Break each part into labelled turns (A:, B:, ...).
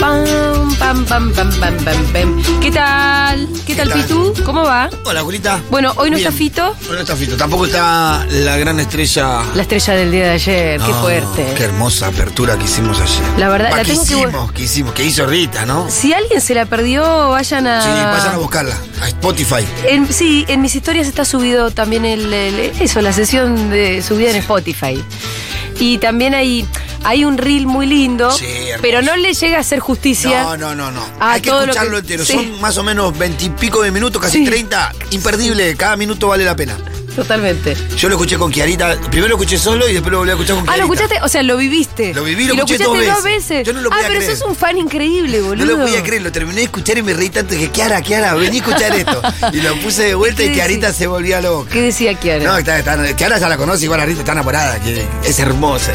A: Pam, pam, pam, pam, pam, pam, pam. ¿Qué tal? ¿Qué, tal,
B: tal?
A: Pitu? ¿Cómo va?
B: Hola, Julita.
A: Bueno, hoy no
B: Bien.
A: está Fito,
B: Hoy no está Fito. Tampoco está la gran estrella.
A: la estrella del día de ayer. qué
B: No,
A: fuerte.
B: Ah, Qué hermosa apertura que hicimos ayer.
A: La verdad,
B: Pa,
A: la
B: que
A: tengo que
B: hicimos, que hicimos, que hizo Rita, ¿no?
A: Si alguien se la perdió, vayan a.
B: Sí, vayan a buscarla. A Spotify.
A: En- sí, en mis historias está subido también el, el- eso, la sesión de subida en Spotify. Y también hay, hay un reel muy lindo,
B: Sí, hermoso.
A: pero no le llega a hacer justicia.
B: No, no, no, no.
A: Ah,
B: Hay que
A: todo lo
B: escucharlo
A: que-
B: entero.
A: sí.
B: Son más o menos veintipico de minutos, casi
A: Sí.
B: treinta. Imperdible. Cada minuto vale la pena.
A: Totalmente.
B: Yo lo escuché con Kiarita. Primero lo escuché solo y después lo volví a escuchar con
A: Ah,
B: Kiarita.
A: ¿lo escuchaste? O sea, lo viviste.
B: Lo viví, lo
A: Y lo
B: escuché
A: escuchaste
B: dos
A: dos
B: veces.
A: veces.
B: Yo no lo
A: ah,
B: podía
A: pero
B: creer.
A: sos un fan increíble,
B: No
A: boludo.
B: lo podía creer, lo terminé de escuchar y me reí tanto que dije, Kiara, Kiara, vení a escuchar esto. Y lo puse de vuelta
A: ¿Qué
B: y Kiarita se volvía loca.
A: ¿Qué decía Kiara?
B: No, está, está- que ahora ya la conoce, igual ahorita está enamorada, que es hermosa.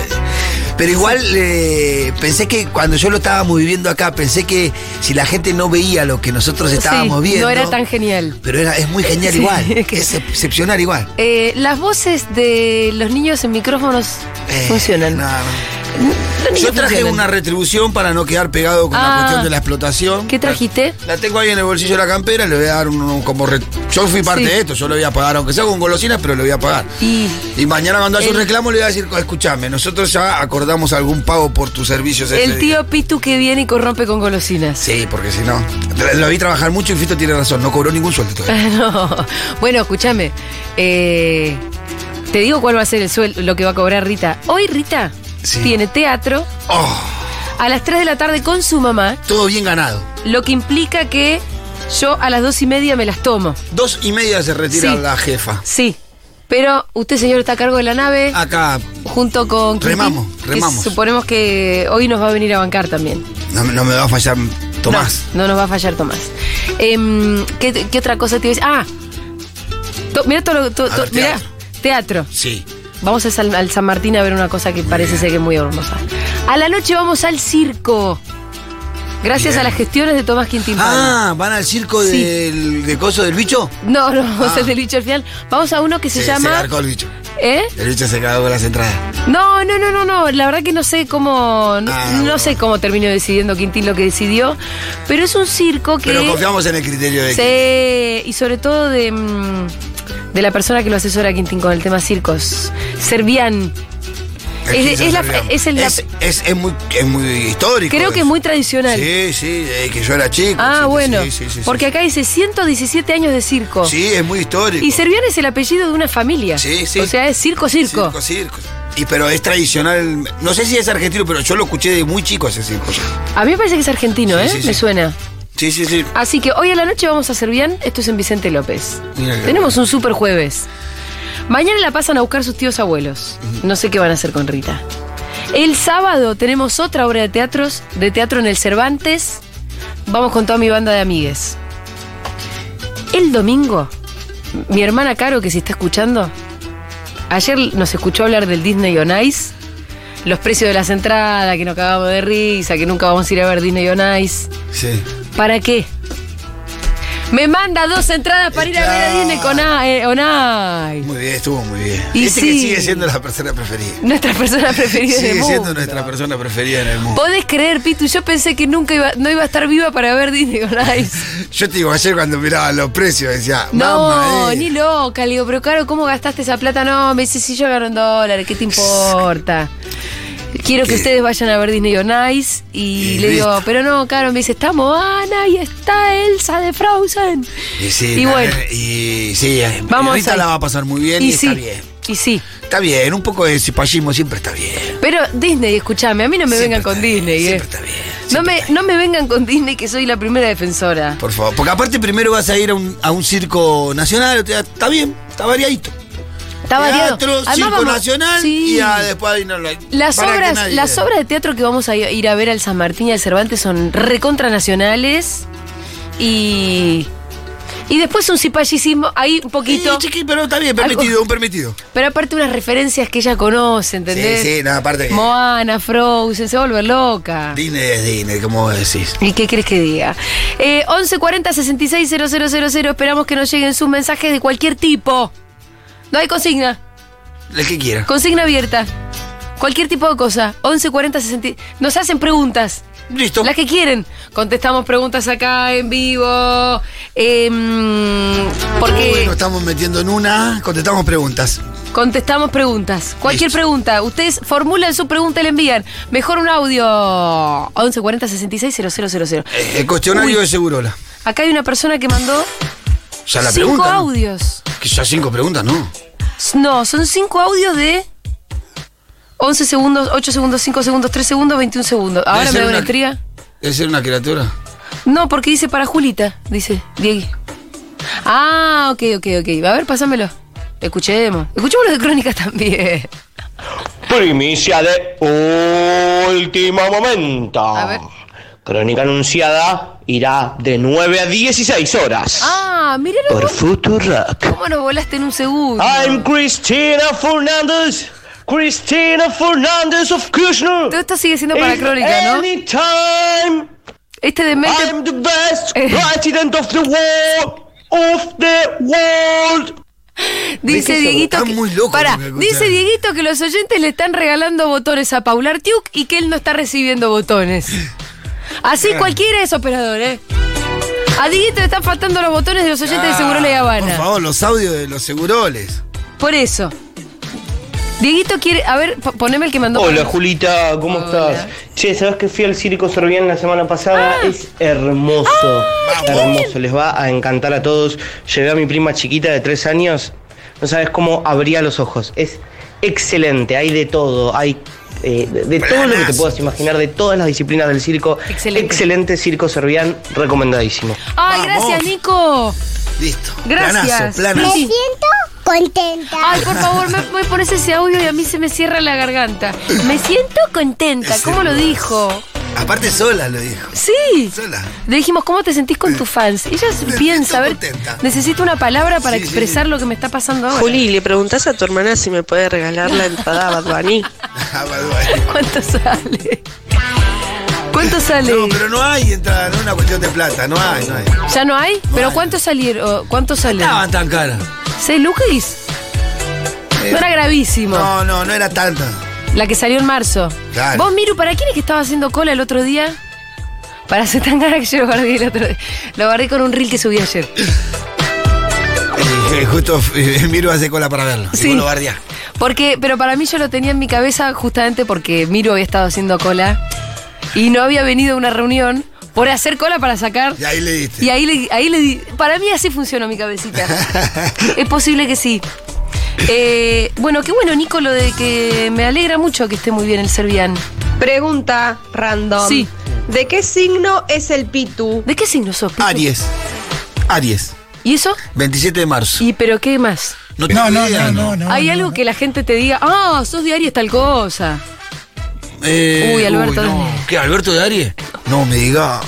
B: Pero igual eh, pensé que cuando yo lo estábamos viviendo acá, pensé que si la gente no veía lo que nosotros estábamos
A: Sí,
B: viendo.
A: No era tan genial.
B: Pero era, es muy genial
A: Sí,
B: igual,
A: es que-
B: es excepcional igual.
A: Eh, las voces de los niños en micrófonos
B: Eh,
A: funcionan.
B: no, no.
A: Los niños
B: Yo traje
A: funcionan.
B: una retribución para no quedar pegado con
A: Ah.
B: la cuestión de la explotación.
A: ¿Qué trajiste?
B: La tengo ahí en el bolsillo de la campera, le voy a dar un, un- como... re- Yo fui parte
A: Sí.
B: de esto, yo lo voy a pagar, aunque sea con golosinas, pero lo voy a pagar.
A: Y
B: Y mañana cuando haya un
A: El-
B: reclamo le voy a decir, escúchame, nosotros ya acordamos algún pago por tus servicios. ese
A: el
B: día".
A: tío Pitu que viene y corrompe con golosinas.
B: Sí, porque si no... Lo vi trabajar mucho y Fito tiene razón, no cobró ningún sueldo todavía.
A: Eh. No. Bueno, escúchame. Eh, te digo cuál va a ser el sueldo, lo que va a cobrar Rita. Hoy Rita
B: Sí.
A: tiene teatro
B: Oh,
A: a las 3 de la tarde con su mamá,
B: todo bien ganado.
A: lo que implica que yo a las dos y media me las tomo.
B: Dos y media se retira
A: Sí.
B: la jefa.
A: Sí. Pero usted, señor, está a cargo de la
B: Ah,
A: nave.
B: Acá,
A: Junto con Quintín,
B: Remamos,
A: que
B: remamos.
A: suponemos que hoy nos va a venir a bancar también.
B: no, no me va a fallar Tomás.
A: No, no nos va a fallar Tomás. Em, ¿qué, qué otra cosa te iba a decir? Ah, to- mira todo lo to-
B: A
A: to-
B: ver,
A: mirá,
B: teatro.
A: teatro.
B: Sí.
A: Vamos a San- al San Martín a ver una cosa que parece ser que es muy hermosa. A la noche vamos al circo. Gracias
B: Bien.
A: a las gestiones de Tomás Quintín. Palma.
B: Ah, ¿van al circo
A: Sí.
B: del de coso del bicho?
A: No, no,
B: Ah.
A: es el dicho al final. Vamos a uno que se,
B: Sí, Se
A: llama.
B: largó el bicho.
A: ¿Eh?
B: El bicho se cagó con las entradas.
A: No, no, no, no, no. La verdad que no sé cómo. No,
B: Ah,
A: no
B: bueno.
A: sé cómo terminó decidiendo Quintín lo que decidió. Pero es un circo que.
B: Pero confiamos en el criterio de...
A: se- y sobre todo de. mm, de la persona que lo asesora a Quintín con el tema circos. Servian.
B: el
A: es-
B: Quince
A: es la-
B: Sarrián.
A: es el- la-
B: es, es- es muy, es muy histórico.
A: Creo que es
B: eso.
A: muy tradicional.
B: Sí, sí, eh, que yo era chico.
A: Ah,
B: sí,
A: bueno.
B: sí, sí, sí, sí.
A: porque acá dice 117 años de circo.
B: Sí, es muy histórico.
A: Y Servian es el apellido de una familia.
B: Sí, sí.
A: O sea, es circo, circo.
B: Circo, circo. Y pero es tradicional, no sé si es argentino, pero yo lo escuché de muy chico ese circo.
A: A mí me parece que es argentino,
B: Sí,
A: ¿eh?
B: sí, sí.
A: Me suena.
B: Sí, sí, sí.
A: Así que hoy a la noche vamos a Servian. Esto es en Vicente López.
B: Mira que-
A: Tenemos un super jueves. Mañana la pasan a buscar sus tíos abuelos. No sé qué van a hacer con Rita. El sábado tenemos otra obra de teatros, de teatro en el Cervantes. Vamos con toda mi banda de amigues. El domingo, mi hermana Caro, que si está escuchando, ayer nos escuchó hablar del Disney on Ice, los precios de las entradas, que nos cagamos de risa, que nunca vamos a ir a ver Disney on Ice.
B: Sí.
A: ¿Para qué? Me manda dos entradas para ir a ver a Disney con A, eh, on Ice.
B: Muy bien, estuvo muy bien.
A: Y
B: Ese que
A: sí.
B: sigue siendo la persona preferida.
A: Nuestra persona preferida del
B: Sigue
A: mundo.
B: siendo nuestra persona preferida en el mundo.
A: Podés creer, Pitu, yo pensé que nunca iba, no iba a estar viva para ver Disney on Ice.
B: Yo te digo, ayer cuando miraba los precios decía,
A: No,
B: mamá, eh".
A: ni loca. Le digo, pero Caro, ¿cómo gastaste esa plata? No, me dice, si yo gano en dólares, ¿qué te importa? Quiero que
B: ¿Qué?
A: ustedes vayan a ver Disney on Ice. Y,
B: Y
A: le digo,
B: listo.
A: pero no, Caro, me dice, está Moana y está Elsa de Frozen.
B: Y sí,
A: Y
B: la-
A: bueno.
B: y sí, eh,
A: Vamos
B: Rita
A: ahí.
B: la va a pasar muy bien y,
A: sí,
B: está bien.
A: y sí.
B: Está bien, un poco de cipallismo siempre está bien.
A: Pero Disney, escúchame, a mí no me
B: Siempre
A: vengan con
B: está bien,
A: Disney, eh.
B: Siempre está bien.
A: No
B: siempre
A: me,
B: está bien.
A: no me vengan con Disney que soy la primera defensora.
B: Por favor, porque aparte primero vas a ir a un, a un circo nacional, o sea, está bien, está variadito.
A: Está variado.
B: Teatro,
A: Además,
B: circo
A: vamos-
B: nacional
A: Sí.
B: y a, después ahí no lo hay.
A: Las
B: Para que
A: obras,
B: nadie
A: las
B: vea.
A: obras de teatro que vamos a ir a ver al San Martín y al Cervantes son recontra nacionales y. Y después un cipallicismo ahí un poquito.
B: Sí, chiqui, pero está bien, permitido,
A: Algo-
B: un permitido.
A: Pero aparte unas referencias que ella conoce, ¿entendés?
B: Sí, sí, no, aparte que-
A: Moana, Frozen, se vuelve loca.
B: Disney es Disney, como vos decís.
A: ¿Y qué crees que diga? Eh, 1140-660000, esperamos que nos lleguen sus mensajes de cualquier tipo. No hay consigna,
B: El que quiera.
A: consigna abierta. Cualquier tipo de cosa, 1140-60. Nos hacen preguntas.
B: Listo.
A: Las que quieren. Contestamos preguntas acá en vivo. em, porque
B: Uy, nos estamos metiendo en una. Contestamos preguntas.
A: contestamos preguntas. Cualquier
B: Listo.
A: pregunta. Ustedes formulan su pregunta y la envían. Mejor un audio. 1140 66 000.
B: Eh, el cuestionario de Segurola.
A: Acá hay una persona que mandó
B: Ya la
A: cinco
B: pregunta. ¿no?
A: audios.
B: Que ya cinco preguntas, ¿no?
A: No, son cinco audios de 11 segundos, 8 segundos, 5 segundos, 3 segundos, 21 segundos. Ahora
B: Debe
A: me
B: ser
A: da una
B: una-
A: intriga.
B: Debe ser una criatura.
A: No, porque dice para Julita, dice Diego. Ah, ok, ok, ok. A ver, pásamelo. Escuchemos. Escuchemos los de crónicas también.
C: Primicia de último momento.
A: A ver.
C: Crónica anunciada irá de 9 a 16 horas
A: Ah, mirá lo
C: por
A: vos,
C: Futurock.
A: cómo nos volaste en un segundo.
C: I'm Cristina Fernández. Cristina Fernández of Kushner.
A: Todo esto sigue siendo para crónica, ¿no?
C: Anytime
A: Este de mente.
C: I'm the best
A: Eh.
C: president of the world. Of the world.
A: Dice
B: que
A: Dieguito.
B: está
A: Que,
B: muy loco
A: Pará,
B: lo que escuchá.
A: dice Dieguito que los oyentes le están regalando botones a Paula Artiuk y que él no está recibiendo botones. Así cualquiera es operador, ¿eh? A Dieguito le están faltando los botones de los oyentes de Seguro La Habana.
B: Ah, Por favor, los audios de los Seguroles.
A: Por eso. Dieguito quiere. A ver, po- poneme el que mandó.
C: Hola Julita, ¿cómo
A: Hola.
C: estás? Che, ¿sabes que fui al Circo Sorbián la semana pasada?
A: Ah.
C: Es hermoso.
B: qué
C: hermoso, les va a encantar a todos. Llevé a mi prima chiquita de tres años. No sabes cómo abría los ojos. Es excelente, hay de todo, hay eh, de, de todo lo que te
B: Planazos.
C: puedas imaginar, de todas las disciplinas del circo.
A: Excelente.
C: Excelente Circo Sorbián, recomendadísimo.
A: Ay,
B: Vamos.
A: gracias, Nico.
B: Listo.
A: Gracias.
B: Planazo, planazo.
A: Sí. Ah,
D: siento contenta.
A: Ay, por favor, me, me pones ese audio y a mí se me cierra la garganta. Me siento contenta.
B: Es
A: ¿Cómo lo
B: hermoso.
A: dijo?
B: Aparte sola lo dijo.
A: Sí.
B: Sola.
A: Le dijimos, ¿cómo te sentís con tus fans? Ella
B: siento
A: piensa, a ver,
B: contenta.
A: necesito una palabra para
B: Sí, sí.
A: expresar lo que me está pasando ahora.
E: Juli, ¿le preguntás a tu hermana si me puede regalar la entrada a Bad Bunny?
B: Ah, bueno, bueno.
A: ¿Cuánto sale? ¿Cuánto sale?
B: No, pero no hay entrada, no es una cuestión de plata, no hay, no hay.
A: ¿Ya no hay? ¿Pero cuánto salieron? ¿Cuánto sale?
B: Estaban tan caras.
A: ¿Seis lucas? No era gravísimo.
B: Eh, No, no, no era tanta.
A: La que salió en marzo.
B: Claro.
A: Vos, Miru, ¿para quién es que estaba haciendo cola el otro día? Para hacer tan cara que yo lo guardé el otro día. Lo guardé con un reel que subí ayer.
B: Eh, eh, justo eh, Miro hace cola para verlo.
A: Sí.
B: Y vos lo bardeás.
A: Porque, pero para mí yo lo tenía en mi cabeza justamente porque Miru había estado haciendo cola y no había venido a una reunión por hacer cola para sacar.
B: Y ahí le diste.
A: Y ahí le, ahí le di. Para mí así funcionó mi cabecita. es posible que sí. Eh, bueno, qué bueno, Nico, lo de que me alegra mucho que esté muy bien el serbian.
F: Pregunta random.
A: Sí.
F: ¿De qué signo es el Pitu?
A: ¿De qué signo sos? Pitu?
B: Aries. Aries.
A: ¿Y eso?
B: 27 de marzo.
A: ¿Y pero qué más?
B: No, tengo idea,
A: Hay algo que la gente te diga, ah, sos de Aries tal cosa.
B: Eh,
A: Uy, Alberto
B: no.
A: de-
B: ¿Qué, Alberto de Aries? No me diga.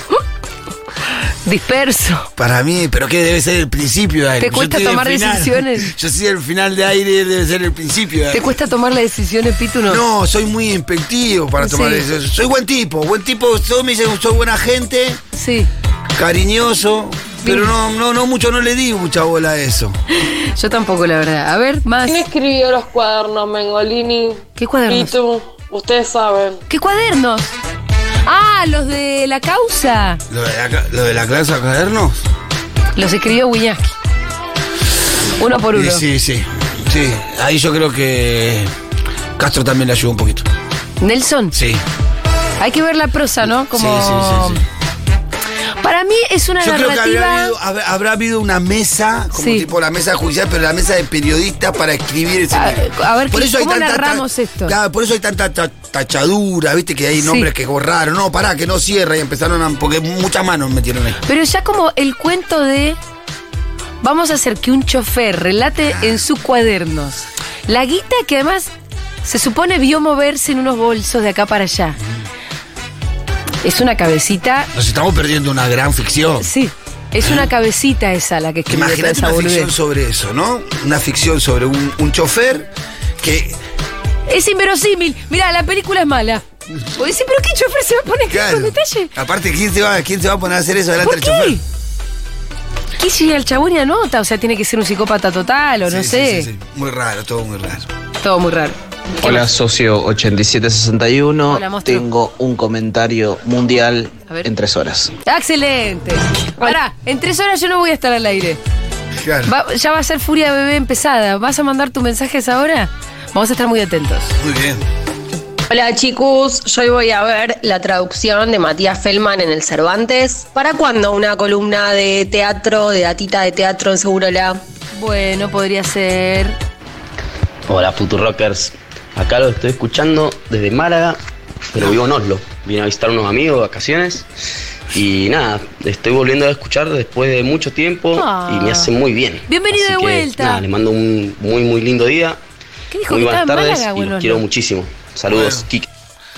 A: Disperso.
B: Para mí, pero ¿qué debe ser el principio de Aries?
A: ¿Te
B: Yo
A: cuesta
B: estoy del
A: tomar decisiones?
B: Yo soy el final de aire, debe ser el principio de
A: ¿Te
B: Aries.
A: cuesta tomar las decisiones, Pitu? No.
B: No, soy muy inspectivo para tomar
A: Sí.
B: decisiones. Soy buen tipo, buen tipo. Todos me dicen, soy buena gente,
A: Sí.
B: cariñoso. Pero no, no, no mucho, no le di mucha bola a eso.
A: Yo tampoco, la verdad. A ver, más.
G: ¿Quién escribió los cuadernos, Mengolini?
A: ¿Qué cuadernos?
G: Pitu, ustedes saben.
A: ¿Qué cuadernos? Ah, los de la causa.
B: ¿Lo de la, ca- lo de la clase a cadernos?
A: Los escribió Wiñaski. Uno por uno.
B: Sí, sí, sí. Ahí yo creo que Castro también le ayudó un poquito.
A: Nelson,
B: Sí.
A: hay que ver la prosa, ¿no? Como...
B: Sí, sí, sí,
A: Para mí es una
B: Yo creo que
A: narrativa...
B: habrá habido, habrá- habrá habido una mesa, como
A: Sí.
B: tipo la mesa judicial, pero la mesa de periodistas para escribir ese
A: A-
B: libro.
A: a ver, ¿qué- cómo narramos
B: ta-
A: esto?
B: Claro, por eso hay tanta ta- tachadura, viste, que hay
A: Sí.
B: nombres que borraron. No, pará, que no cierra y empezaron a. Porque muchas manos metieron ahí.
A: Pero ya como el cuento de vamos a hacer que un chofer relate en sus cuadernos la guita que además se supone vio moverse en unos bolsos de acá para allá. Es una cabecita,
B: Nos estamos perdiendo una gran ficción.
A: sí, es una cabecita esa la que
B: Que
A: escribe
B: Imagínate
A: esa
B: una ficción
A: boludez.
B: sobre eso, ¿no? Una ficción sobre un, un chofer que.
A: Es inverosímil. Mira, la película es mala. Vos decís, pero qué chofer se va a poner
B: Claro.
A: con detalle.
B: Aparte, ¿quién se, va, ¿quién se va a poner a hacer eso delante
A: ¿Por
B: del chofer?
A: qué? ¿Qué llega el chabón y anota? O sea, tiene que ser un psicópata total o no
B: Sí, sí,
A: sé.
B: sí, sí. Muy raro, todo muy raro.
A: Todo muy raro. ¿Qué
D: Hola,
A: más?
D: socio 8761.
A: Hola, monstruo.
D: Tengo un comentario mundial
A: A ver.
D: en tres horas.
A: Excelente. Pará, en tres horas yo no voy a estar al aire.
B: Claro.
A: Va- ya va a ser Furia Bebé empezada. ¿Vas a mandar tus mensajes ahora? Vamos a estar muy atentos.
B: Muy bien.
F: Hola chicos, yo hoy voy a ver la traducción de Matías Fellman en el Cervantes. ¿Para cuándo una columna de teatro, de datita de teatro en Segurola?
A: Bueno, podría ser.
H: Hola Futurockers, acá lo estoy escuchando desde Málaga, pero vivo en Oslo. Vine a visitar unos amigos, vacaciones. Y nada, estoy volviendo a escuchar después de mucho tiempo
A: Ah.
H: y me hace muy bien.
A: Bienvenido
H: Así
A: de
H: que,
A: vuelta.
H: Nada, les mando un muy, muy lindo día.
A: ¿Qué dijo
H: Muy
A: que estaba
H: buenas
A: en
H: tardes
A: Málaga,
H: y los
A: bueno,
H: quiero
A: no?
H: muchísimo. Saludos,
B: Bueno.
H: Kike.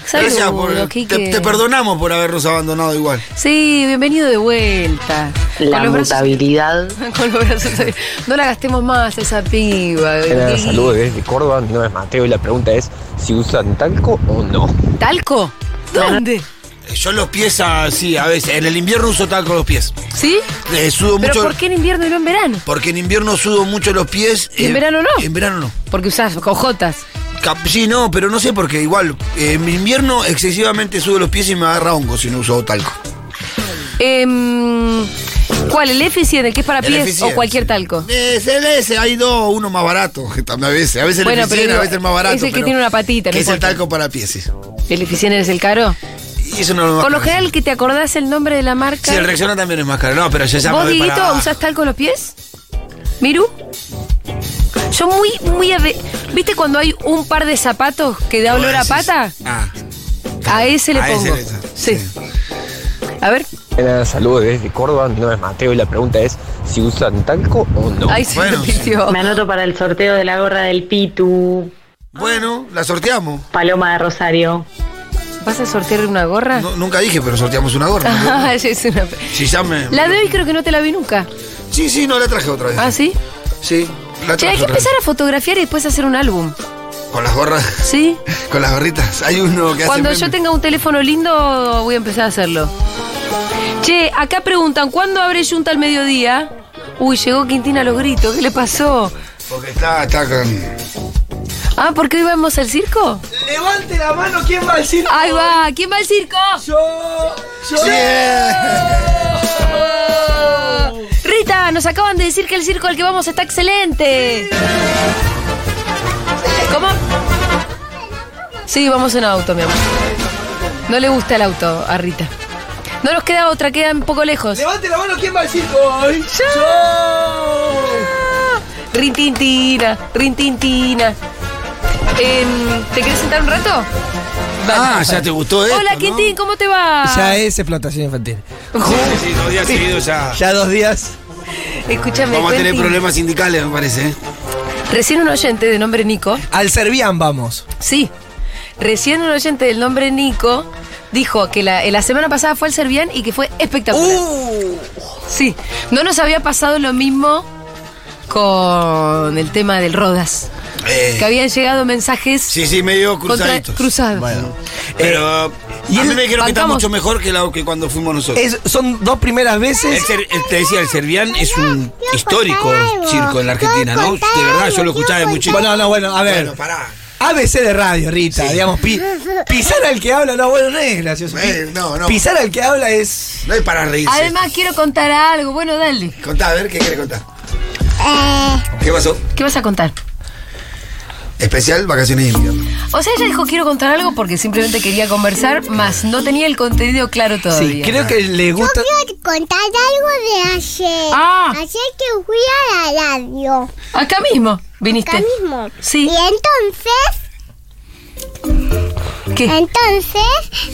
A: Saludos,
B: Gracias por. Te,
A: Quique.
B: te perdonamos por habernos abandonado igual.
A: Sí, bienvenido de vuelta.
E: La
A: Con los brazos-
E: mutabilidad.
A: con los brazos abiertos. No la gastemos más esa piba.
I: Hola,
A: Dieguito.
I: saludos desde Córdoba, mi nombre es Mateo y la pregunta es si usan talco o no.
A: ¿Talco? ¿Dónde?
B: Eh, Yo los pies así, a veces. En el invierno uso talco los pies.
A: ¿Sí?
B: Eh, sudo
A: ¿Pero
B: mucho.
A: por qué en invierno y no en verano?
B: Porque en invierno sudo mucho los pies. eh,
A: ¿Y en verano no?
B: En verano no.
A: Porque usás cojotas.
B: Cap- Sí, no, pero no sé porque igual. eh, en invierno excesivamente sudo los pies y me agarra hongo si no uso talco.
A: Em, ¿Cuál? ¿El Efficient, el que es para
B: El
A: pies o
B: Efficient,
A: cualquier
B: sí.
A: talco?
B: Eh, se ve, se- hay dos, uno más barato. que también A veces, a veces
A: Bueno,
B: el
A: pero
B: eficien,
A: digo,
B: a veces el más barato.
A: es el que
B: pero-
A: tiene una patita, no
B: Que es el
A: importa.
B: talco para pies, sí.
A: ¿El Efficient es el caro?
B: Y eso no es lo más
A: Por lo
B: caro.
A: general, que te acordás el nombre de la marca.
B: Sí, el Rexona también es más caro. No, pero yo ya me
A: ¿Vos,
B: voy para
A: Dieguito,
B: abajo.
A: usás talco en los pies? ¿Miru? Yo muy, muy... ade- ¿Viste cuando hay un par de zapatos que da olor a
B: Decís,
A: pata?
B: Ah,
A: A ese le
B: A ese
A: pongo.
B: le-
A: sí.
B: sí.
A: A ver,
I: Hola, saludos desde Córdoba, mi nombre es Mateo y la pregunta es si usan talco o no.
A: ahí se
B: bueno,
A: repitió.
J: Me anoto para el sorteo de la gorra del Pitu,
B: bueno, la sorteamos.
A: Ah.
J: Paloma de Rosario.
A: ¿Vas a sortear una gorra?
B: No, nunca dije, pero sorteamos una gorra.
A: Ah, es una-
B: si ya me.
A: La de hoy creo que no te la vi nunca.
B: Sí, sí, no la traje otra vez.
A: ¿Ah, sí?
B: Sí, la
A: Che,
B: traje
A: hay que
B: otra vez.
A: empezar a fotografiar y después hacer un álbum,
B: Con las gorras,
A: ¿sí?
B: con las gorritas. Hay uno que hace
A: Cuando yo
B: meme.
A: tenga un teléfono lindo voy a empezar a hacerlo. Che, acá preguntan, ¿cuándo abre Junta al mediodía? Uy, llegó Quintina a los gritos, ¿qué le pasó?
B: Porque está, está con.
A: Ah, ¿por qué hoy vamos al circo?
K: Levante la mano, ¿quién va a decir?
A: Ahí va, ¿quién va al circo?
K: Yo, yo.
B: eh.
A: Rita, nos acaban de decir que el circo al que vamos está excelente. ¿Cómo? Sí, vamos en auto, mi amor. No le gusta el auto a Rita. No nos queda otra, queda un poco lejos.
K: Levante la mano, ¿quién va a decir hoy? Yo.
A: Rintintina, rintintina. Em, ¿Te quieres sentar un rato?
B: Ah, ya te gustó esto,
A: Hola,
B: ¿no?
A: Quintín, ¿cómo te va?
K: Ya es explotación infantil.
B: Sí, sí, dos días seguidos ya.
K: Ya dos días.
A: Escúchame,
B: Vamos a tener
A: Quintín.
B: problemas sindicales, me parece. ¿eh?
A: Recién un oyente de nombre Nico.
K: Al Servian vamos.
A: Sí. Recién un oyente del nombre Nico dijo que la, eh, la semana pasada fue al Servian y que fue espectacular. Sí. No nos había pasado lo mismo con el tema del Rodas.
B: Eh,
A: Que habían llegado mensajes.
B: Sí, sí, medio
A: Contra-
B: cruzaditos.
A: cruzados. Eh,
B: Bueno. Pero y a mí me dijeron que está
A: bancamos-
B: mucho mejor que, la, que cuando fuimos nosotros.
K: Es- son dos primeras
B: El
K: veces.
B: ser- el- te decía, el Servian es un histórico circo en la Argentina, ¿no? De verdad, yo lo escuchaba de muy chico.
K: Bueno, no, bueno, a ver.
B: Bueno, pará.
K: ABC de radio, Rita, digamos, pi- pisar al que habla, no, bueno, no es gracioso. pi-
B: Eh, no, no.
K: Pisar al que habla es...
B: No hay para reírse.
A: Además, quiero contar algo. Bueno, dale.
B: Contá, a ver, ¿qué querés contar? ¿Qué pasó?
A: ¿Qué vas a contar?
B: Especial vacaciones de invierno.
A: O sea, ella dijo quiero contar algo porque simplemente quería conversar, más no tenía el contenido claro todavía.
K: Sí, creo que le gusta...
J: Contar algo de ayer.
A: Ah.
J: Ayer que fui a la radio.
A: Acá mismo viniste. Acá
J: mismo.
A: Sí.
J: entonces,
A: ¿Qué?
J: entonces,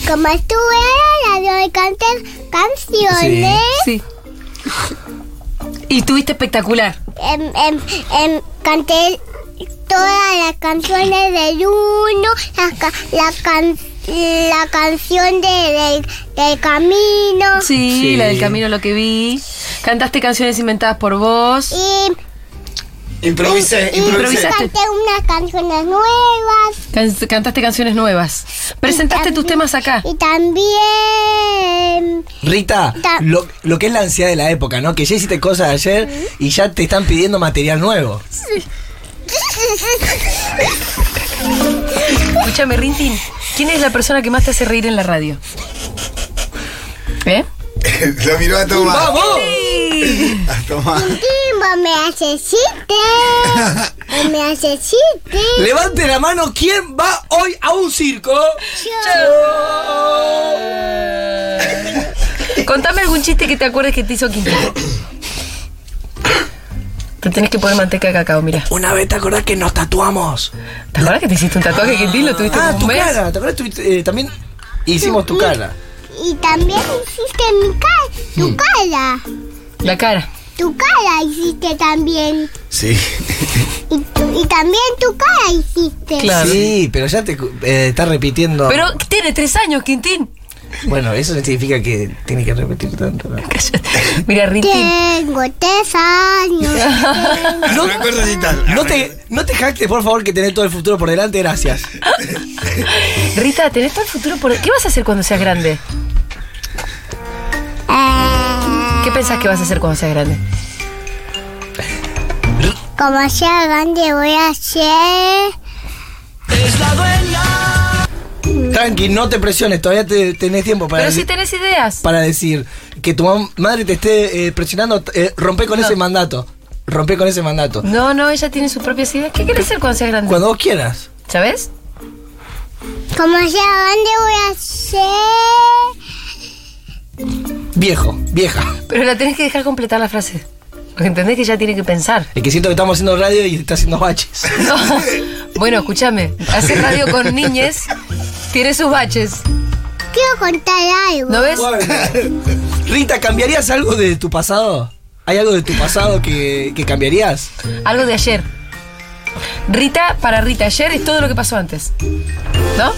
J: como estuve a la radio y canté canciones,
A: Sí. Y estuviste espectacular.
J: em, em, em, canté todas las canciones del uno, la, ca- la, can- la canción de, del- del camino.
A: Sí,
K: Sí.
A: la del camino lo que vi. Cantaste canciones inventadas por vos.
J: Y
B: Improvisé,
J: Eh,
B: improvisé.
A: Improvisaste.
J: canté unas canciones nuevas.
A: Can- cantaste canciones nuevas. Presentaste tus temas acá.
J: Y también.
K: Rita,
J: Ta-
K: lo, lo que es la ansiedad de la época, ¿no? Que ya hiciste cosas ayer y ya te están pidiendo material nuevo.
A: Escúchame, Rintin, ¿quién es la persona que más te hace reír en la radio? ¿Eh?
B: Lo miró a Tomás.
A: ¡Vamos!
B: A Tomás.
J: Timbo me hace chiste. Me hace chiste.
L: Levante la mano, ¿quién va hoy a un circo?
A: Contame algún chiste que te acuerdes que te hizo Quintero. Te tenés que poner manteca de cacao, mira.
L: Una vez te acordás que nos tatuamos.
A: ¿Te acordás que te hiciste un tatuaje, Quintín? ¿Lo tuviste
L: Ah,
A: como
L: tu
A: un mes?
L: cara. ¿Te acordás? Tuviste, eh, también hicimos tu cara.
J: Y también hiciste mi cara. Tu cara.
A: La cara.
J: Tu cara hiciste también.
B: Sí.
J: Y, tu- y también tu cara hiciste.
L: Ah, Sí, pero ya te eh, está repitiendo.
A: Pero tiene tres años, Quintín.
L: Bueno, eso no significa que tiene que repetir tanto. ¿no?
A: Mira, Rintin.
J: Tengo tres años.
L: No,
B: Me acuerdo de tal.
L: no te, no te jactes, por favor, que tenés todo el futuro por delante, gracias.
A: Rita, tenés todo el futuro por. ¿Qué vas a hacer cuando seas grande? ¿Qué pensás que vas a hacer cuando seas grande?
J: Como sea grande voy a ser...
L: Tranqui, no te presiones, todavía te- tenés tiempo para,
A: Pero
L: de-
A: si tenés ideas.
L: para decir que tu mam- madre te esté eh, presionando. eh, rompe con ese mandato. Rompe con ese mandato.
A: No, no, ella tiene sus propias ideas. ¿Qué querés hacer cuando seas grande?
L: Cuando vos quieras.
A: ¿Sabes?
J: Como sea grande voy a ser...
L: Viejo, vieja.
A: Pero la tenés que dejar completar la frase. Porque entendés que ella tiene que pensar.
L: Es que siento que estamos haciendo radio y está haciendo baches.
A: No. Bueno, escúchame. Hacer radio con niñes tiene sus baches.
J: Quiero contar algo.
A: ¿No ves?
L: Rita, ¿cambiarías algo de tu pasado? ¿Hay algo de tu pasado que, que cambiarías?
A: Algo de ayer. Rita, para Rita, ayer es todo lo que pasó antes. ¿No?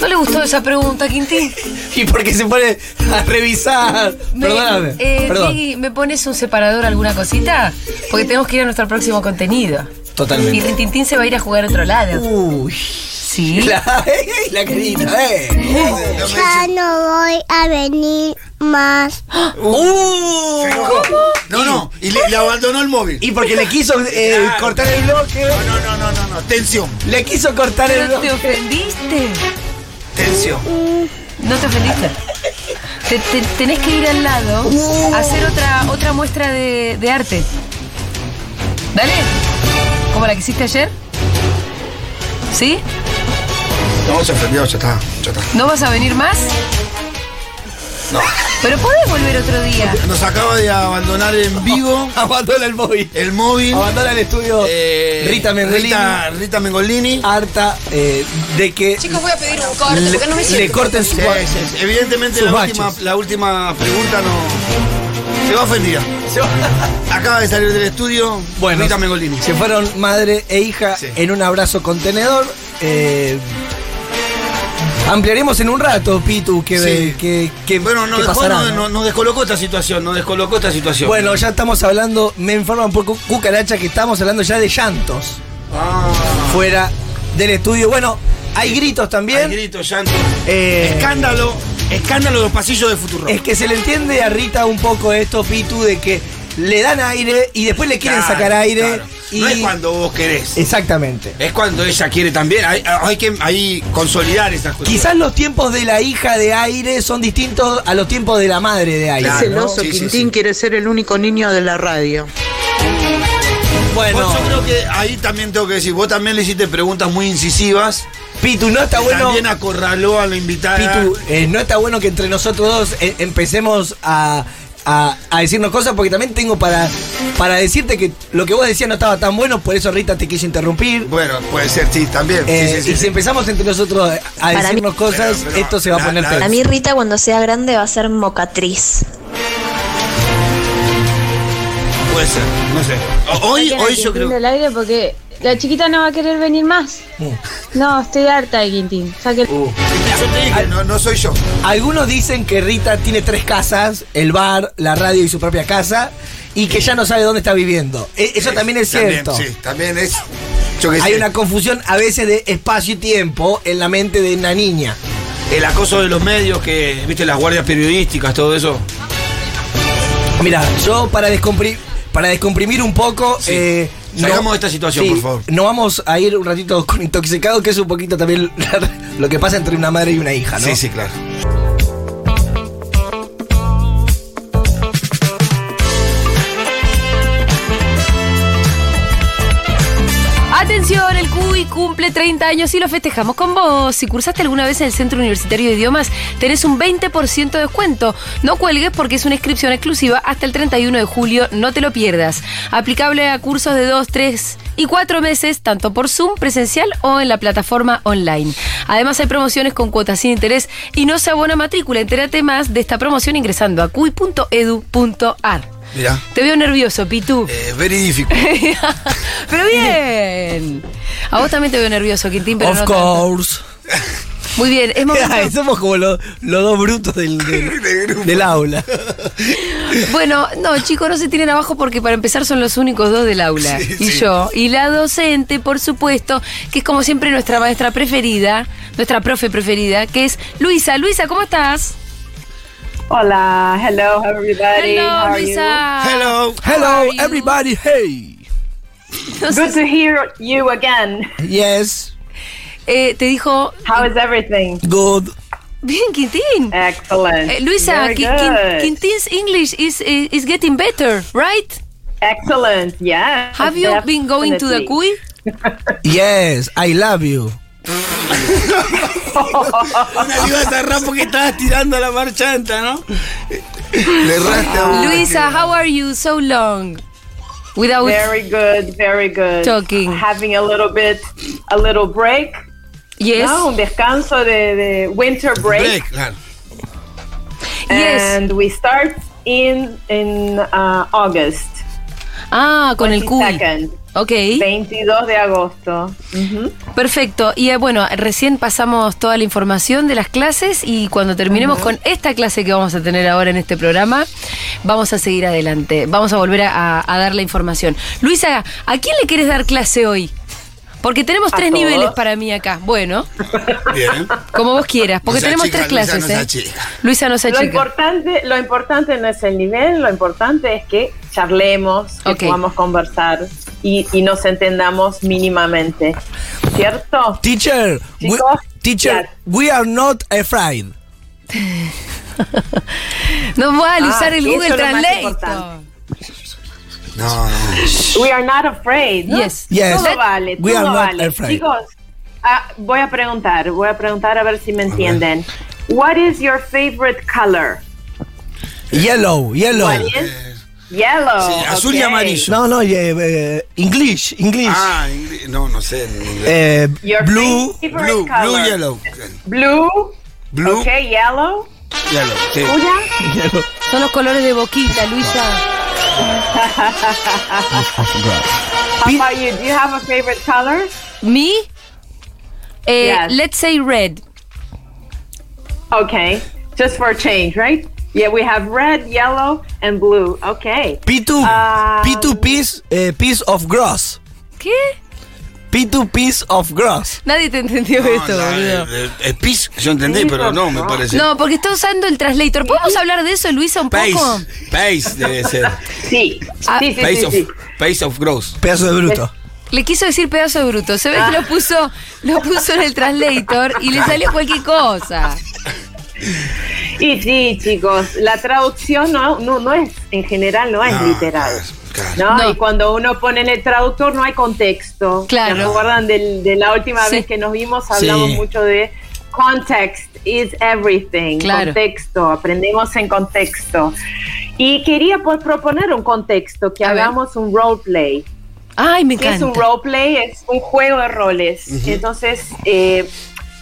A: ¿No le gustó esa pregunta, Quintín?
L: Y porque se pone a revisar.
A: Me-
L: Perdóname.
A: eh,
L: Perdón.
A: Diegui, ¿me pones un separador, alguna cosita? Porque tenemos que ir a nuestro próximo contenido. Y
L: Totalmente.
A: Rintintín se va a ir a jugar a otro lado.
L: Uy.
A: Sí.
L: La, la carita, eh.
J: Ya no voy a venir más.
L: Uh.
B: No, no. Y le, le abandonó el móvil.
L: Y porque le quiso eh, cortar el bloque.
B: No, no, no, no, no, no. Tensión.
L: Le quiso cortar el
A: Pero te
L: bloque.
A: ofendiste.
B: Tensión.
A: No te ofendiste. Te, te- tenés que ir al lado
M: Uh.
A: a hacer otra, otra muestra de, de arte. Dale. ¿Como la que hiciste ayer? ¿Sí?
B: No, se ofendió, ya está. Ya está.
A: ¿No vas a venir más?
B: No.
A: Pero podés volver otro día.
B: Nos acaba de abandonar en vivo
L: Abandona el móvil.
B: el móvil.
L: Abandona el estudio.
B: Eh,
L: Ah, Rita Mengolini.
B: Rita, Rita Mengolini.
L: Harta eh, de que
N: Chicos, voy a pedir un corte
L: le,
N: Ah, porque no me
L: le
N: siento.
L: corten su.
B: Sí, sí, sí. Evidentemente
L: Sus
B: la
L: baches.
B: última, la última pregunta no. Se va ofendida. Acaba de salir del estudio
L: Bueno.
B: Rita Mengolini.
L: Se fueron madre e hija
B: Sí.
L: en un abrazo contenedor. eh, ampliaremos en un rato, Pitu, que,
B: Sí.
L: que- que-
B: Bueno, nos
L: que
B: dejó-
L: pasará,
B: no-
L: ¿no?
B: no- nos descolocó esta situación, nos descolocó esta situación.
L: Bueno, ya estamos hablando, me informan por cu- cucaracha que estamos hablando ya de llantos
B: Ah,
L: fuera del estudio. Bueno, hay gritos también.
B: hay grito, llanto.
L: Eh,
B: Escándalo, escándalo de los pasillos de Futuro.
L: Es que se le entiende a Rita un poco esto, Pitu, de que le dan aire y después le quieren sacar aire. Y...
B: No es cuando vos querés.
L: Exactamente.
B: Es cuando ella quiere también. Hay, hay que ahí consolidar esas cosas.
L: Quizás los tiempos de la hija de aire son distintos a los tiempos de la madre de aire.
B: Claro.
F: Celoso,
B: Ah, Sí, sí,
F: Quintín
B: sí.
F: quiere ser el único niño de la radio.
L: Bueno,
B: Vos, yo creo que ahí también tengo que decir, vos también le hiciste preguntas muy incisivas.
L: Pitu, no está Ah, bueno.
B: También acorraló a la invitada.
L: Pitu, eh, no está bueno que entre nosotros dos eh, empecemos a, a- a decirnos cosas porque también tengo para, para decirte que lo que vos decías no estaba tan bueno, por eso Rita te quiso interrumpir.
B: Bueno, puede ser, sí, también. Sí,
L: Eh,
B: sí, sí,
L: y
B: sí.
L: si empezamos entre nosotros a
N: Para
L: decirnos cosas,
B: Pero, pero,
L: esto se va a
B: la-
L: poner
B: la-
L: tenso.
B: A
N: A mí Rita cuando sea grande va a ser mocatriz.
B: Puede ser, no sé.
L: Eh,
B: O- Hoy, hoy yo creo.
M: el aire porque la chiquita no va a querer venir más. No, estoy harta de Quintín. Saque
B: Uh, yo te dije, no, no soy yo.
L: Algunos dicen que Rita tiene tres casas, el bar, la radio y su propia casa, y que ya no sabe dónde está viviendo. E- Eso también es cierto.
B: sí, también es. yo qué
L: Hay
B: sé,
L: una confusión a veces de espacio y tiempo en la mente de una niña.
B: El acoso de los medios que, viste, las guardias periodísticas, todo eso.
L: Mira, yo para descomprimir, para descomprimir un poco, eh,
B: Salgamos de esta situación,
L: Sí,
B: por favor.
L: No vamos a ir un ratito con intoxicado, que es un poquito también lo que pasa entre una madre y una hija, ¿no?
B: Sí, sí, claro.
A: Atención, el CUI cumple 30 años y lo festejamos con vos. Si cursaste alguna vez en el Centro Universitario de Idiomas, tenés un 20% de descuento. No cuelgues porque es una inscripción exclusiva hasta el 31 de julio, no te lo pierdas. Aplicable a cursos de 2, 3 y 4 meses, tanto por Zoom, presencial o en la plataforma online. Además hay promociones con cuotas sin interés y no se abona matrícula. Entérate más de esta promoción ingresando a cui.edu.ar.
B: Mirá.
A: Te veo nervioso, Pitu.
B: Es very difficult.
A: pero bien. A vos también te veo nervioso, Quintín, pero
L: of
A: no tanto.
L: course.
A: Muy bien, es momento.
L: Ay, somos como los, los dos brutos del, del- del aula.
A: Bueno, no, chicos, no se tienen abajo porque para empezar son los únicos dos del aula.
L: Sí,
A: y
L: sí.
A: yo. Y la docente, por supuesto, que es como siempre nuestra maestra preferida, nuestra profe preferida, que es Luisa. Luisa, ¿cómo estás?
F: Hola, hello everybody.
A: Hello,
F: How are you?
A: Luisa. Hello.
L: Hello, everybody, hey.
F: Good to hear you again.
L: Yes.
A: Eh, te dijo.
F: How is everything?
L: Good.
A: Bien, Quintín.
F: Excellent.
A: Eh, Luisa,
F: Very
A: Qui- Quin-
F: good.
A: Quintín's English is, is is getting better, right?
F: Excellent. Yeah.
A: Have you been going to the
F: definitely.
A: CUI?
L: Yes, I love you.
B: Una libata rapo que estabas tirando a la marchanta, ¿no? Le erraste
F: Ah,
B: a una.
A: Luisa, how are you so long? Without
F: Very good. Very good.
A: Talking.
F: Having a little bit, a little break.
A: Yes.
F: No, un descanso de, de winter break.
B: claro.
A: Yes.
F: And we start in in uh, August.
A: Ah, con el cuy.
F: 22nd.
A: Ok.
F: 22 de agosto. Mm-hmm.
A: Perfecto. Y eh, bueno, recién pasamos toda la información de las clases y cuando terminemos con esta clase que vamos a tener ahora en este programa, vamos a seguir adelante. Vamos a volver a, a- a dar la información. Luisa, ¿a quién le quieres dar clase hoy? Porque tenemos
F: A
A: tres
F: todos.
A: niveles para mí acá. Bueno,
B: Bien.
A: como vos quieras, porque
B: No se
A: tenemos
B: achica,
A: tres
B: Luisa,
A: clases.
B: no se
A: ¿eh?
B: achica.
A: Luisa nos
F: Lo
A: achica.
F: importante, lo importante no es el nivel, lo importante es que charlemos, que
A: Ok.
F: podamos conversar y, y nos entendamos mínimamente. ¿Cierto?
L: Teacher, we,
F: Chicos,
L: teacher,
F: yes.
L: we are not afraid.
A: No vale
F: Ah,
A: usar el
F: eso es
A: Google
F: lo más
A: Translate.
F: importante.
B: No.
F: We are not afraid. ¿no?
A: Yes. Yes.
F: Todo vale,
L: We
F: todo
L: are not
F: vale.
L: afraid.
F: Chicos, ah, voy a preguntar, voy a preguntar a ver si me entienden. What is your favorite color?
L: Yellow, yellow.
F: ¿Cuál es? Yellow.
B: azul y
F: ok.
B: amarillo.
L: No, no, ye- eh, English, English.
B: Ah, ingre- no, no sé. en inglés.
L: Eh,
F: Your
L: blue,
F: favorite
B: blue,
F: color.
B: blue, yellow.
F: Blue.
B: Blue,
F: Ok, yellow.
B: yellow. Sí.
F: Tuya.
L: yellow.
A: Son los colores de boquita, Luisa.
F: How about you? Do you have a favorite color?
A: Me, eh,
F: Yes.
A: let's say red.
F: Okay, just for a change, right? Yeah, we have red, yellow, and blue. Okay.
L: P2,
F: Um,
L: P2 piece, eh, piece of gross.
A: ¿Qué?
L: P2 piece of gross.
A: Nadie te entendió
B: No,
A: esto,
B: la-
A: boludo.
B: eh, eh, pis, yo entendí, pero no, me parece.
A: No, porque está usando el translator. ¿Podemos hablar de eso, Luisa, un
B: Pace,
A: poco?
B: pace debe ser.
F: Sí,
A: Ah,
F: sí, sí,
B: Pace
F: sí,
B: of,
F: sí.
B: pace of growth.
L: Pedazo de bruto.
A: Le quiso decir pedazo de bruto. Se ve
F: Ah.
A: que lo puso, lo puso en el translator y le salió cualquier cosa.
F: Y sí, chicos, la traducción no, no, no es, en general, no es
B: No,
F: literal.
B: Ah, claro,
F: ¿no?
A: No.
F: Y cuando uno pone en el traductor no hay contexto.
A: Claro.
F: ¿Se acuerdan del- de la última
A: Sí.
F: vez que nos vimos? Hablamos
L: Sí.
F: mucho de context is everything.
A: Claro.
F: Contexto, aprendemos en contexto. Y quería pues, proponer un contexto, que
A: A ver.
F: hagamos un role play.
A: Ay, me
F: ¿Qué es un
A: encanta.
F: roleplay? Es un juego de roles. Entonces, eh,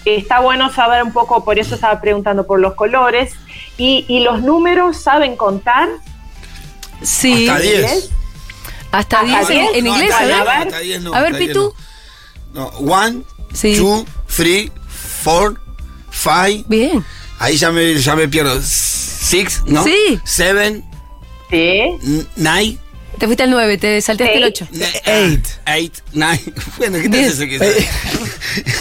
F: está bueno saber un poco, por eso estaba preguntando por los colores. Y, y los números saben contar.
A: Sí.
B: Hasta 10.
F: ¿Ves?
A: Hasta
F: ¿Hasta
A: 10 en,
F: diez?
A: en
B: No,
A: inglés,
B: hasta
A: a
B: diez
A: ver.
B: no, hasta diez no,
A: a ver,
B: hasta diez
A: Pitu.
B: No, one,
A: Sí.
B: two, three, four, five.
A: Bien.
B: Ahí ya me, ya me pierdo. Six, ¿no?
A: Sí.
B: Seven,
F: Sí.
B: n- nine,
A: Te fuiste al 9, te saltaste el
F: Sí.
A: 8.
B: ne- ah,
L: Eight.
B: eight, nine. Bueno, ¿qué te
A: Diez.
B: hace eso que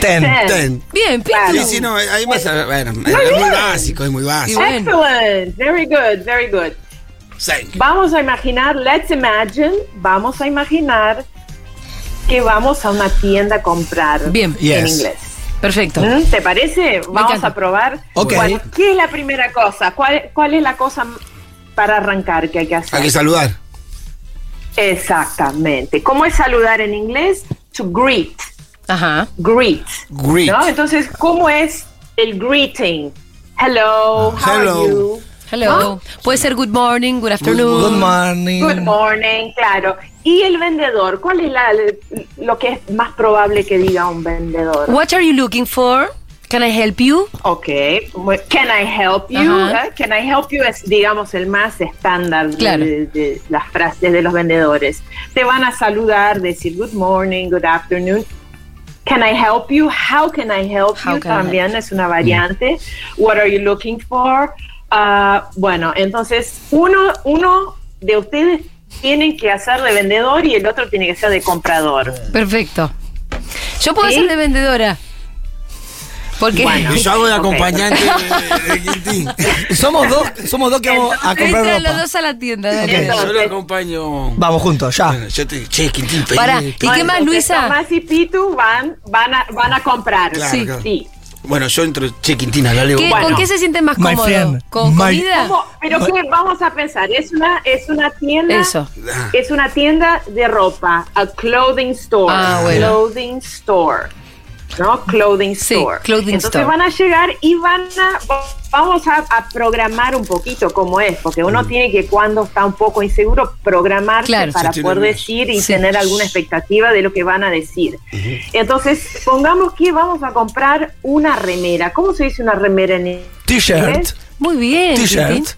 L: Ten.
B: Ten.
A: Bien, Pitu.
F: Claro.
B: Sí, sí, no, ahí más. Bueno, es muy básico, es muy
A: Y
B: básico.
A: bueno.
F: Excellent. Very good, very good.
L: Vamos a imaginar, let's imagine, vamos a imaginar que vamos a una tienda a comprar
A: Bien.
L: en
A: Yes.
L: inglés.
A: Perfecto.
L: ¿Mm? ¿Te parece? Vamos
A: encanta.
L: a probar.
B: Ok.
L: cuál- ¿Qué es la primera cosa? ¿Cuál, ¿Cuál es la cosa para arrancar que hay que hacer?
B: Hay que saludar.
L: Exactamente. ¿Cómo es saludar en inglés? To greet.
A: Ajá.
L: Greet.
B: Greet.
L: ¿no? Entonces, ¿cómo es el greeting? Hello, how
A: Hello.
L: are you?
A: Hello.
L: Ah.
A: Puede ser good morning, good afternoon.
K: Good morning.
L: Good morning, claro. ¿Y el vendedor? ¿Cuál es la, lo que es más probable que diga un vendedor?
A: What are you looking for? Can I help you?
L: Ok. Bueno, Can I help you?
A: Ajá.
L: ¿eh? Can I help you es, digamos, el más estándar de-
A: Claro.
L: de, de las frases de los vendedores. Te van a saludar, decir good morning, good afternoon. Can I help you? How can I help
A: How can
L: you?
A: I help
L: También es una variante. What are you looking for? Ah, bueno, entonces uno, uno de ustedes tiene que hacer de vendedor y el otro tiene que ser de comprador.
A: Perfecto. Yo puedo ser de vendedora. Porque
L: Bueno,
K: Y yo hago de
L: ok.
K: acompañante de- de Quintín. somos dos, somos dos que vamos a comprar
A: entran
K: ropa.
A: los dos a la tienda. dale.
B: Yo lo acompaño.
K: Vamos juntos, ya.
B: Yo te, che, Quintín, pedí-
A: Pará,
B: pedí-
A: ¿y qué más, Luisa?
L: Tomás y Pitu van, van, a, van a comprar.
B: Claro,
L: sí,
B: claro.
L: sí.
B: Bueno, yo entro, che, Quintín, acá le
A: ¿Qué- ¿Con qué se sienten más
B: My
A: cómodos?
B: friend,
A: ¿Con
B: my-
A: comida?
L: ¿Cómo? Pero qué vamos a pensar, es una es una tienda
A: Eso.
B: Ah,
L: es una tienda de ropa, a clothing store,
A: Ah, bueno.
L: clothing store. ¿No? Clothing store.
A: clothing
L: Entonces
A: store.
L: van a llegar y van a vamos a, a programar un poquito cómo es, porque uno
F: Mm.
L: tiene que cuando está un poco inseguro programarse
A: Claro.
L: para
A: Se tiene
L: poder
A: una-
L: decir y
A: Sí.
L: tener alguna expectativa de lo que van a decir. Entonces, pongamos que vamos a comprar una remera. ¿Cómo se dice una remera en
K: T-shirt.
L: inglés?
A: Muy bien. Quintín.
K: T-shirt.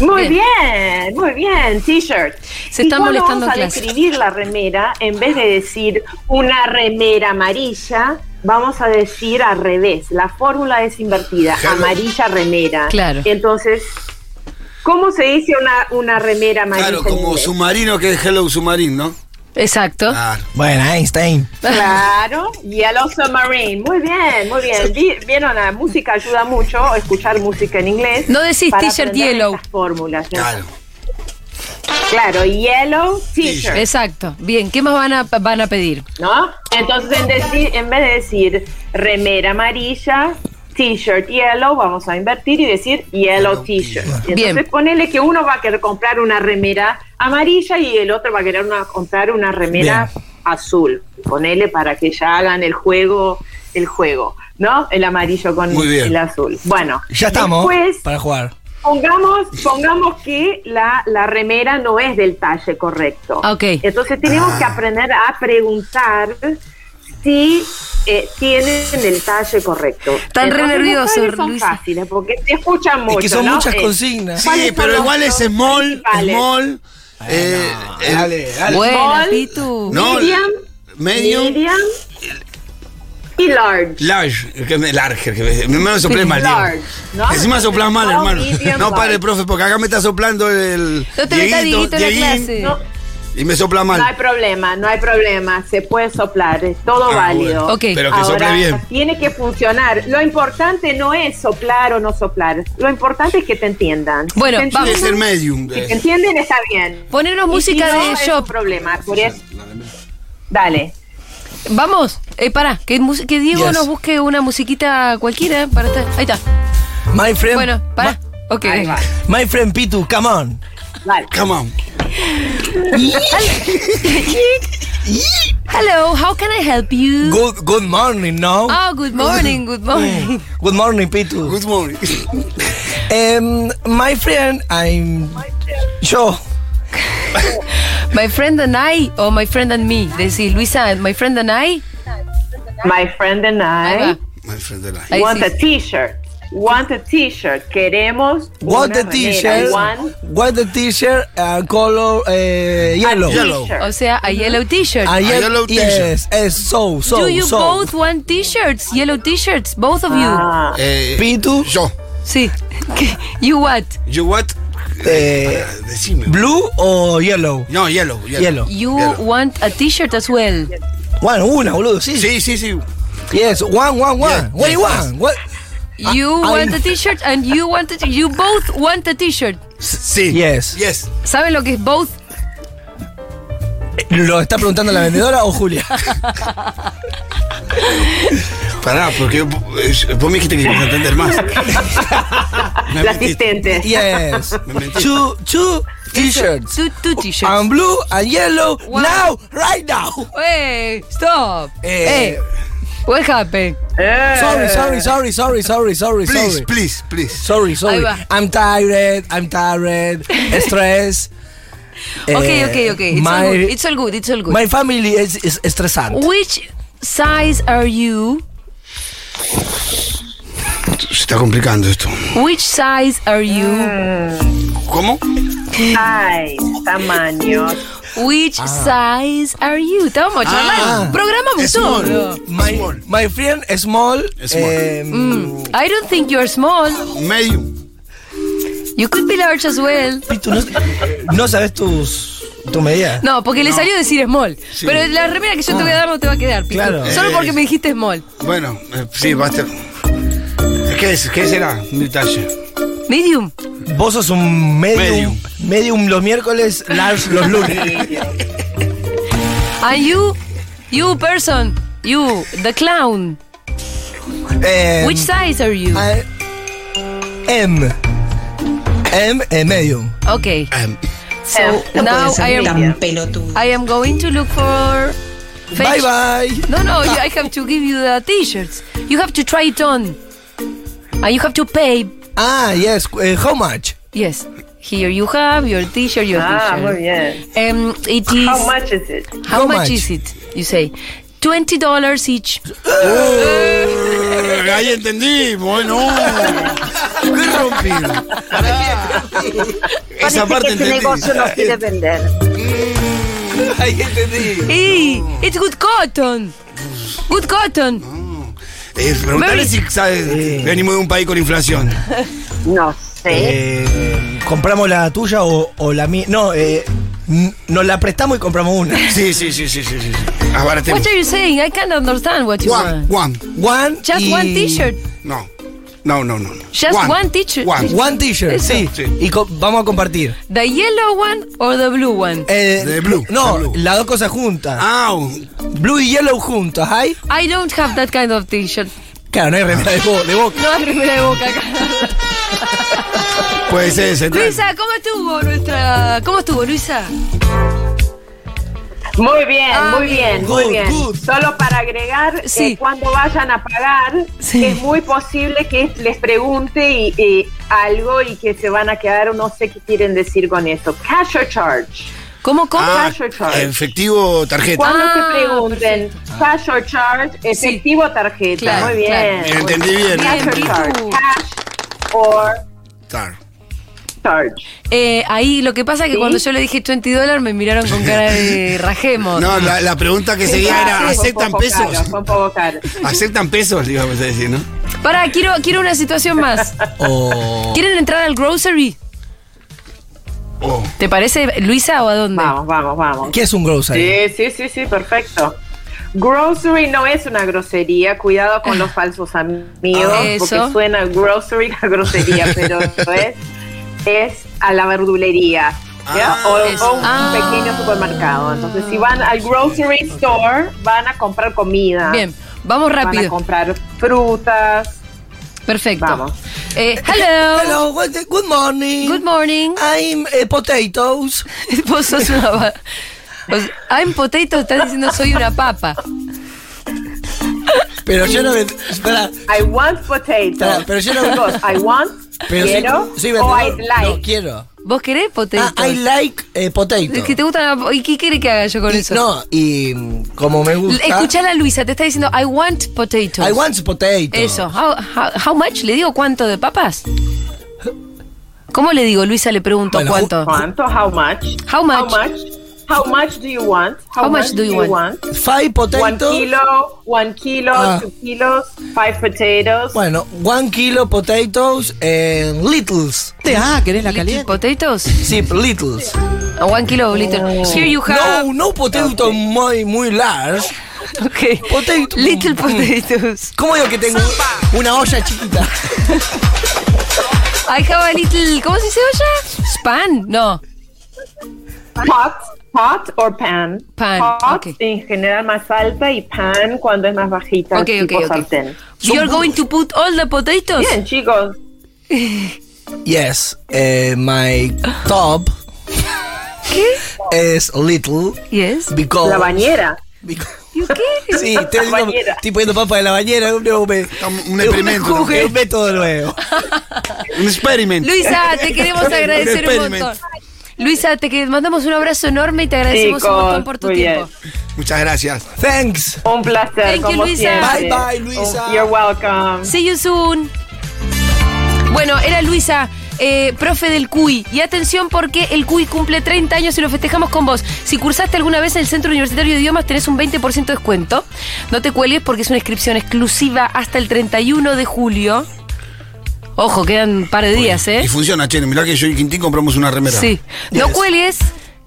L: Muy bien, muy bien, t-shirt.
A: Se
L: ¿Y
A: están
L: cuándo
A: molestando
L: Vamos a
A: en clase.
L: describir la remera, en vez de decir una remera amarilla, vamos a decir al revés. La fórmula es invertida, amarilla remera.
B: Claro.
L: Entonces, ¿cómo se dice una, una remera amarilla?
B: Claro,
L: en
B: como
L: inglés?
B: submarino que es Hello Submarine, ¿no?
A: Exacto.
B: Ah.
K: Bueno, Einstein.
L: Claro, Yellow Submarine. Muy bien, muy bien. Vi- Vieron, la música ayuda mucho, escuchar música en inglés.
A: No decís
L: para
A: t-shirt
L: aprender
A: yellow.
L: estas Fórmulas. ¿no? Claro, yellow t-shirt.
A: Exacto. Bien, ¿qué más van a, van a pedir?
L: ¿no? Entonces, en, deci- en vez de decir remera amarilla, t-shirt yellow, vamos a invertir y decir yellow t-shirt. Y
A: Bien.
L: Entonces, ponele que uno va a querer comprar una remera amarilla y el otro va a querer una- comprar una remera azul. Ponele para que ya hagan el juego, el juego, ¿no? El amarillo con
K: Muy bien.
L: el azul. Bueno,
K: Ya estamos
L: Después,
K: para jugar.
L: Pongamos, pongamos que la, la remera no es del talle correcto.
A: Ok.
L: Entonces tenemos
B: Ah.
L: que aprender a preguntar si eh, tienen el talle correcto.
A: Están re
L: Entonces, los
A: nerviosos,
L: talles son
A: Luisa.
L: fáciles porque te escuchan mucho.
K: que son
L: ¿no?
K: muchas
L: Eh,
K: consignas.
L: ¿cuáles
B: Sí,
L: son
B: pero
L: los-
B: igual es
L: los
B: small,
L: principales?
B: small.
K: Ah,
B: eh, eh,
A: Buena,
L: Small,
A: Pitu.
B: No,
L: medium,
B: medium.
L: medium y large.
B: Large, que me, large, que me, me lo soplé mal.
L: Large,
B: Diego.
L: ¿no?
B: Encima soplás mal,
L: Small,
B: hermano.
L: medium,
B: No pare,
L: large.
B: profe, porque acá me está soplando el.
A: No te metas, Dieguito, en la
B: Dieguín,
A: clase.
L: No,
B: Y me sopla
L: No hay
B: mal.
L: problema, no hay problema, se puede soplar, es todo
B: Ah,
L: válido.
B: bueno. Ok. Pero que
L: Ahora,
B: sople bien.
L: Tiene que funcionar. Lo importante no es soplar o no soplar, lo importante es que te entiendan.
A: Bueno,
L: Si te
A: vamos.
B: Es el medium.
L: Si
B: eh.
L: te entienden está bien.
A: Ponernos
L: Y
A: música
L: si no,
A: de
L: es
A: shop.
L: un problema, por eso. Dale.
A: Vamos, eh, pará, que, mus- que Diego
K: Yes.
A: nos busque una musiquita cualquiera para estar. Ahí está.
K: My friend.
A: Bueno, pará. Ok.
L: Ahí va.
K: My friend Pitu, come on.
L: Dale.
B: Come on.
A: Hello, how can I help you?
K: Good, good morning, no?
A: Oh, good morning, good morning.
K: Good morning, Pitu.
B: Good morning.
K: Em, my friend, I'm. Yo.
A: My friend and I, o my friend and me. Decís, Luisa, my friend and I.
L: My friend and
A: Ahí
L: I
B: My friend de la-
A: Ahí
L: want
A: sí.
L: a t-shirt. Want a t-shirt. Queremos
K: What
L: una
K: the t-shirt?
L: remera. Want
K: What the t-shirt? uh, color eh, yellow.
B: Yellow.
L: t-shirt.
A: O sea, a yellow t-shirt.
K: A ye-
B: yellow
K: yes, es so, Ah, so,
A: Do you
K: so.
A: both want t-shirts? Yellow t-shirts, both of you.
L: Ah,
B: Eh,
K: Pitu,
B: yo.
A: Sí. You what?
B: You what?
K: eh,
B: Ah, Decime.
K: blue o yellow?
B: No, yellow. Yellow.
K: Yellow.
A: You
B: Yellow.
A: want a t-shirt as well.
K: Bueno, una, boludo, sí.
B: Sí, sí, sí.
K: Yes, one, one, one.
B: Yeah,
K: What do you
B: yes,
K: want? What?
A: You
K: I-
A: want a t-shirt and you want a t- you both want a t-shirt.
B: Sí.
K: Yes.
B: Yes.
A: ¿Saben lo que es both?
K: ¿Lo está preguntando la vendedora o Julia?
B: Pará, porque eh, vos me dijiste que ibas a entender más. Me
L: La
B: mentiste.
L: asistente.
K: Yes.
B: Me mentiste.
K: Two, two t-shirts.
A: Two, two t-shirts.
K: And blue and yellow.
A: Wow.
K: Now, right now.
A: ¡Ey! ¡Stop! ¡Ey!
K: Eh.
A: What happened?
K: Sorry, sorry, sorry, sorry, sorry, sorry,
B: Please,
K: sorry.
B: please, please.
K: Sorry,
A: Ahí
K: sorry.
A: va.
K: I'm tired, I'm tired. Stress. Eh,
A: ok, ok, ok. It's, all
K: my-
A: good. it's all good, it's all good.
K: My family is, is estresante.
A: Which size are you?
B: Se está complicando esto.
A: Which size are
K: Ah.
A: you?
B: ¿Cómo?
L: Ay, tamaños.
A: Which
K: Ah.
A: size are you? Estábamos charlando. Programamos
B: Small.
A: todo.
K: My, my friend small.
B: Small.
K: eh,
A: Mm. I don't think you're small.
B: Medium.
A: You could be large as well.
K: Pitu, no, no sabes tus tu medida.
A: No, porque le salió decir small. Pero la remera que yo te voy a dar no te va a quedar. Pitu.
K: Claro.
A: Solo
B: Eh,
A: porque me dijiste small.
B: Bueno, eh, sí, basta. ¿Qué, es, ¿Qué será mi talle?
A: Medium.
K: Vos sos un medium.
B: Medium.
K: Medium, los miércoles, large los lunes.
A: Are you, you person, you, the clown.
K: Eh,
A: Which size are you?
K: I- M. M, eh, medium.
A: Okay.
B: Em,
A: So now I am,
F: tan pelotudo.
A: I am going to look for.
K: Bye
A: fetch-
K: bye.
A: No, no, you- I have to give you the t-shirts. You have to try it on. And you have to pay.
K: Ah, yes. eh, how much?
A: Yes. Here you have your t-shirt, your
L: Ah,
A: t-shirt.
L: muy bien.
A: Um, it is...
L: How much is it?
A: how
K: How
A: much
K: much?
A: is it? You say. $20 each.
B: Eh, ahí entendí, bueno. ¿Qué rompí? Esa parte
L: este
B: entendí.
L: negocio no quiere vender.
K: Ahí entendí.
A: Hey, it's good cotton. Good cotton.
B: Eh, preguntale
A: Very-
B: si sabes. Venimos de un país con inflación.
L: No sé.
K: Eh, ¿Compramos la tuya o, o la mía? No, eh, n- nos la prestamos y compramos una.
B: Sí, sí, sí, sí, sí, Ah, sí. sí. Abaratemos.
A: What are you saying? I can't understand what you
B: One,
A: want.
B: one.
K: One
A: Just
K: y-
A: one t-shirt.
B: No. No, no, no. no.
A: Just one teacher.
B: One.
K: One t-shirt, sí.
B: Sí.
K: Y co- vamos a compartir.
A: The yellow one or the blue one?
K: Eh,
B: De blue,
K: No,
B: de blue.
K: las dos cosas juntas.
B: Ah, un-
K: Blue y yellow juntos, ¿ay?
A: I don't have that kind of t-shirt.
K: Claro, no hay remera de, bo- de boca.
A: No hay remera de boca acá.
B: puede ser central.
A: Luisa, ¿cómo estuvo nuestra...? ¿Cómo estuvo, Luisa?
L: Muy bien,
A: Ah,
L: muy bien, muy
K: good,
L: bien.
K: good.
L: Solo para agregar,
A: Sí.
L: que cuando vayan a pagar,
A: Sí.
L: es muy posible que les pregunte y, y algo y que se van a quedar, no sé qué quieren decir con eso. Cash or charge.
A: ¿Cómo, cómo?
B: Ah,
L: Cash or charge.
B: efectivo tarjeta.
L: Cuando
A: Ah,
L: te pregunten cash or charge, efectivo o tarjeta.
A: Claro,
L: muy bien.
A: claro.
B: Entendí bien.
L: Cash or
A: Bien,
L: charge.
A: Pitu.
L: Cash or
B: Tar.
L: charge.
A: Eh, ahí lo que pasa es que
L: ¿Sí?
A: cuando yo le dije 20 dólares me miraron con cara de rajemos.
B: No, la, la pregunta que seguía era,
L: Sí, fue un
B: ¿aceptan
L: poco
B: pesos?
L: caro, fue un poco caro.
B: ¿Aceptan pesos? Le íbamos a decir, ¿no?
A: Pará, quiero, quiero una situación más.
K: O-
A: ¿Quieren entrar al grocery?
B: Oh.
A: ¿Te parece, Luisa, o a dónde?
L: Vamos, vamos, vamos.
K: ¿Qué es un grocery?
L: Sí, sí, sí, sí, perfecto. Grocery no es una grosería, cuidado con los falsos amigos,
A: Ah, eso.
L: porque suena grocery a grosería, pero no es, es a la verdulería ¿ya?
B: Ah,
L: o, o
A: eso.
L: un
A: Ah.
L: pequeño supermercado. Entonces, si van al grocery store, van a comprar comida,
A: Bien, vamos
L: van a
A: rápido.
L: comprar frutas.
A: Perfecto.
L: Vamos.
A: Eh, hello.
K: Hello, what- good morning.
A: Good morning.
K: I'm eh, potatoes.
A: Vos sos una pa- vos- I'm potato estás diciendo soy una papa.
K: Pero yo no... me- Espera,
L: I want potato.
K: Espera, pero yo no-
L: Chicos, I want,
K: pero soy-
L: quiero,
K: soy
L: o
K: vendedor.
L: I'd like.
K: No, quiero.
A: ¿Vos querés potato?
K: Ah, I like eh, potato.
A: Es que te gusta la- ¿Y qué quiere que haga yo con
K: Y-
A: eso?
K: No, y mm, como me gusta...
A: Escuchala Luisa, te está diciendo I want potatoes.
K: I want potato.
A: Eso. How, how- how much? ¿Le digo cuánto de papas? ¿Cómo le digo, Luisa? Le pregunto
K: Bueno,
A: cuánto.
L: ¿Cuánto? How much?
A: How much?
L: How much? How much do you want?
A: How much do you want?
K: Five
L: One
K: potato.
L: kilo, one kilo,
K: Ah.
L: two kilos, five potatoes.
K: Bueno, one kilo potatoes and littles. Ah, ¿querés la
A: Little potatoes?
K: Sí, littles.
A: A One kilo of little. Here you have.
K: No, no potato muy, muy large.
A: Okay.
K: Potato.
A: Little
K: Mm.
A: potatoes.
K: ¿Cómo digo que tengo una olla chiquita?
A: I have a little. ¿Cómo se dice olla? ¿Span? No.
L: Pot, pot or pan.
A: Pan,
L: Pot en general más alta y pan cuando es más bajita.
A: Ok,
L: tipo
A: ok, ok.
L: sartén.
A: You're going to put all the potatoes?
L: Bien, chicos.
K: Yes, eh, my top is little.
A: Yes.
K: Because
L: La bañera.
K: Sí, estoy,
L: La
K: haciendo,
L: bañera.
K: estoy poniendo papa en la bañera. Un, nuevo me- un
B: experimento.
K: enjuje, Un método nuevo.
B: Un experimento.
A: Luisa, te queremos agradecer un montón. Luisa, te que- mandamos un abrazo enorme y te agradecemos un
L: Chicos,
A: montón por tu
L: muy
A: tiempo.
B: Muchas gracias.
K: Thanks.
L: Un placer.
A: Thank you,
L: como
A: Luisa.
L: siempre.
A: Bye, bye,
K: Luisa.
L: Oh, you're welcome.
A: See you soon. Bueno, era Luisa, eh, profe del CUI. Y atención porque el CUI cumple 30 años y lo festejamos con vos. Si cursaste alguna vez en el Centro Universitario de Idiomas, tenés un 20% de descuento. No te cuelgues porque es una inscripción exclusiva hasta el 31 de julio. Ojo, quedan un par de días, ¿eh?
B: Y funciona, che. Mirá que yo y Quintín compramos una remera.
A: Sí. No
B: Yes.
A: cuelgues.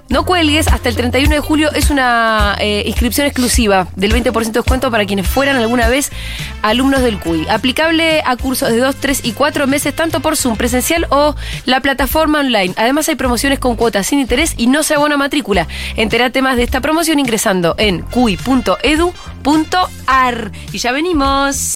A: No cuelgues, hasta el 31 de julio es una eh, inscripción exclusiva del 20% de descuento para quienes fueran alguna vez alumnos del CUI. Aplicable a cursos de 2, 3 y 4 meses, tanto por Zoom, presencial o la plataforma online. Además hay promociones con cuotas sin interés y no se abona matrícula. Entérate más de esta promoción ingresando en cui.edu.ar. Y ya venimos.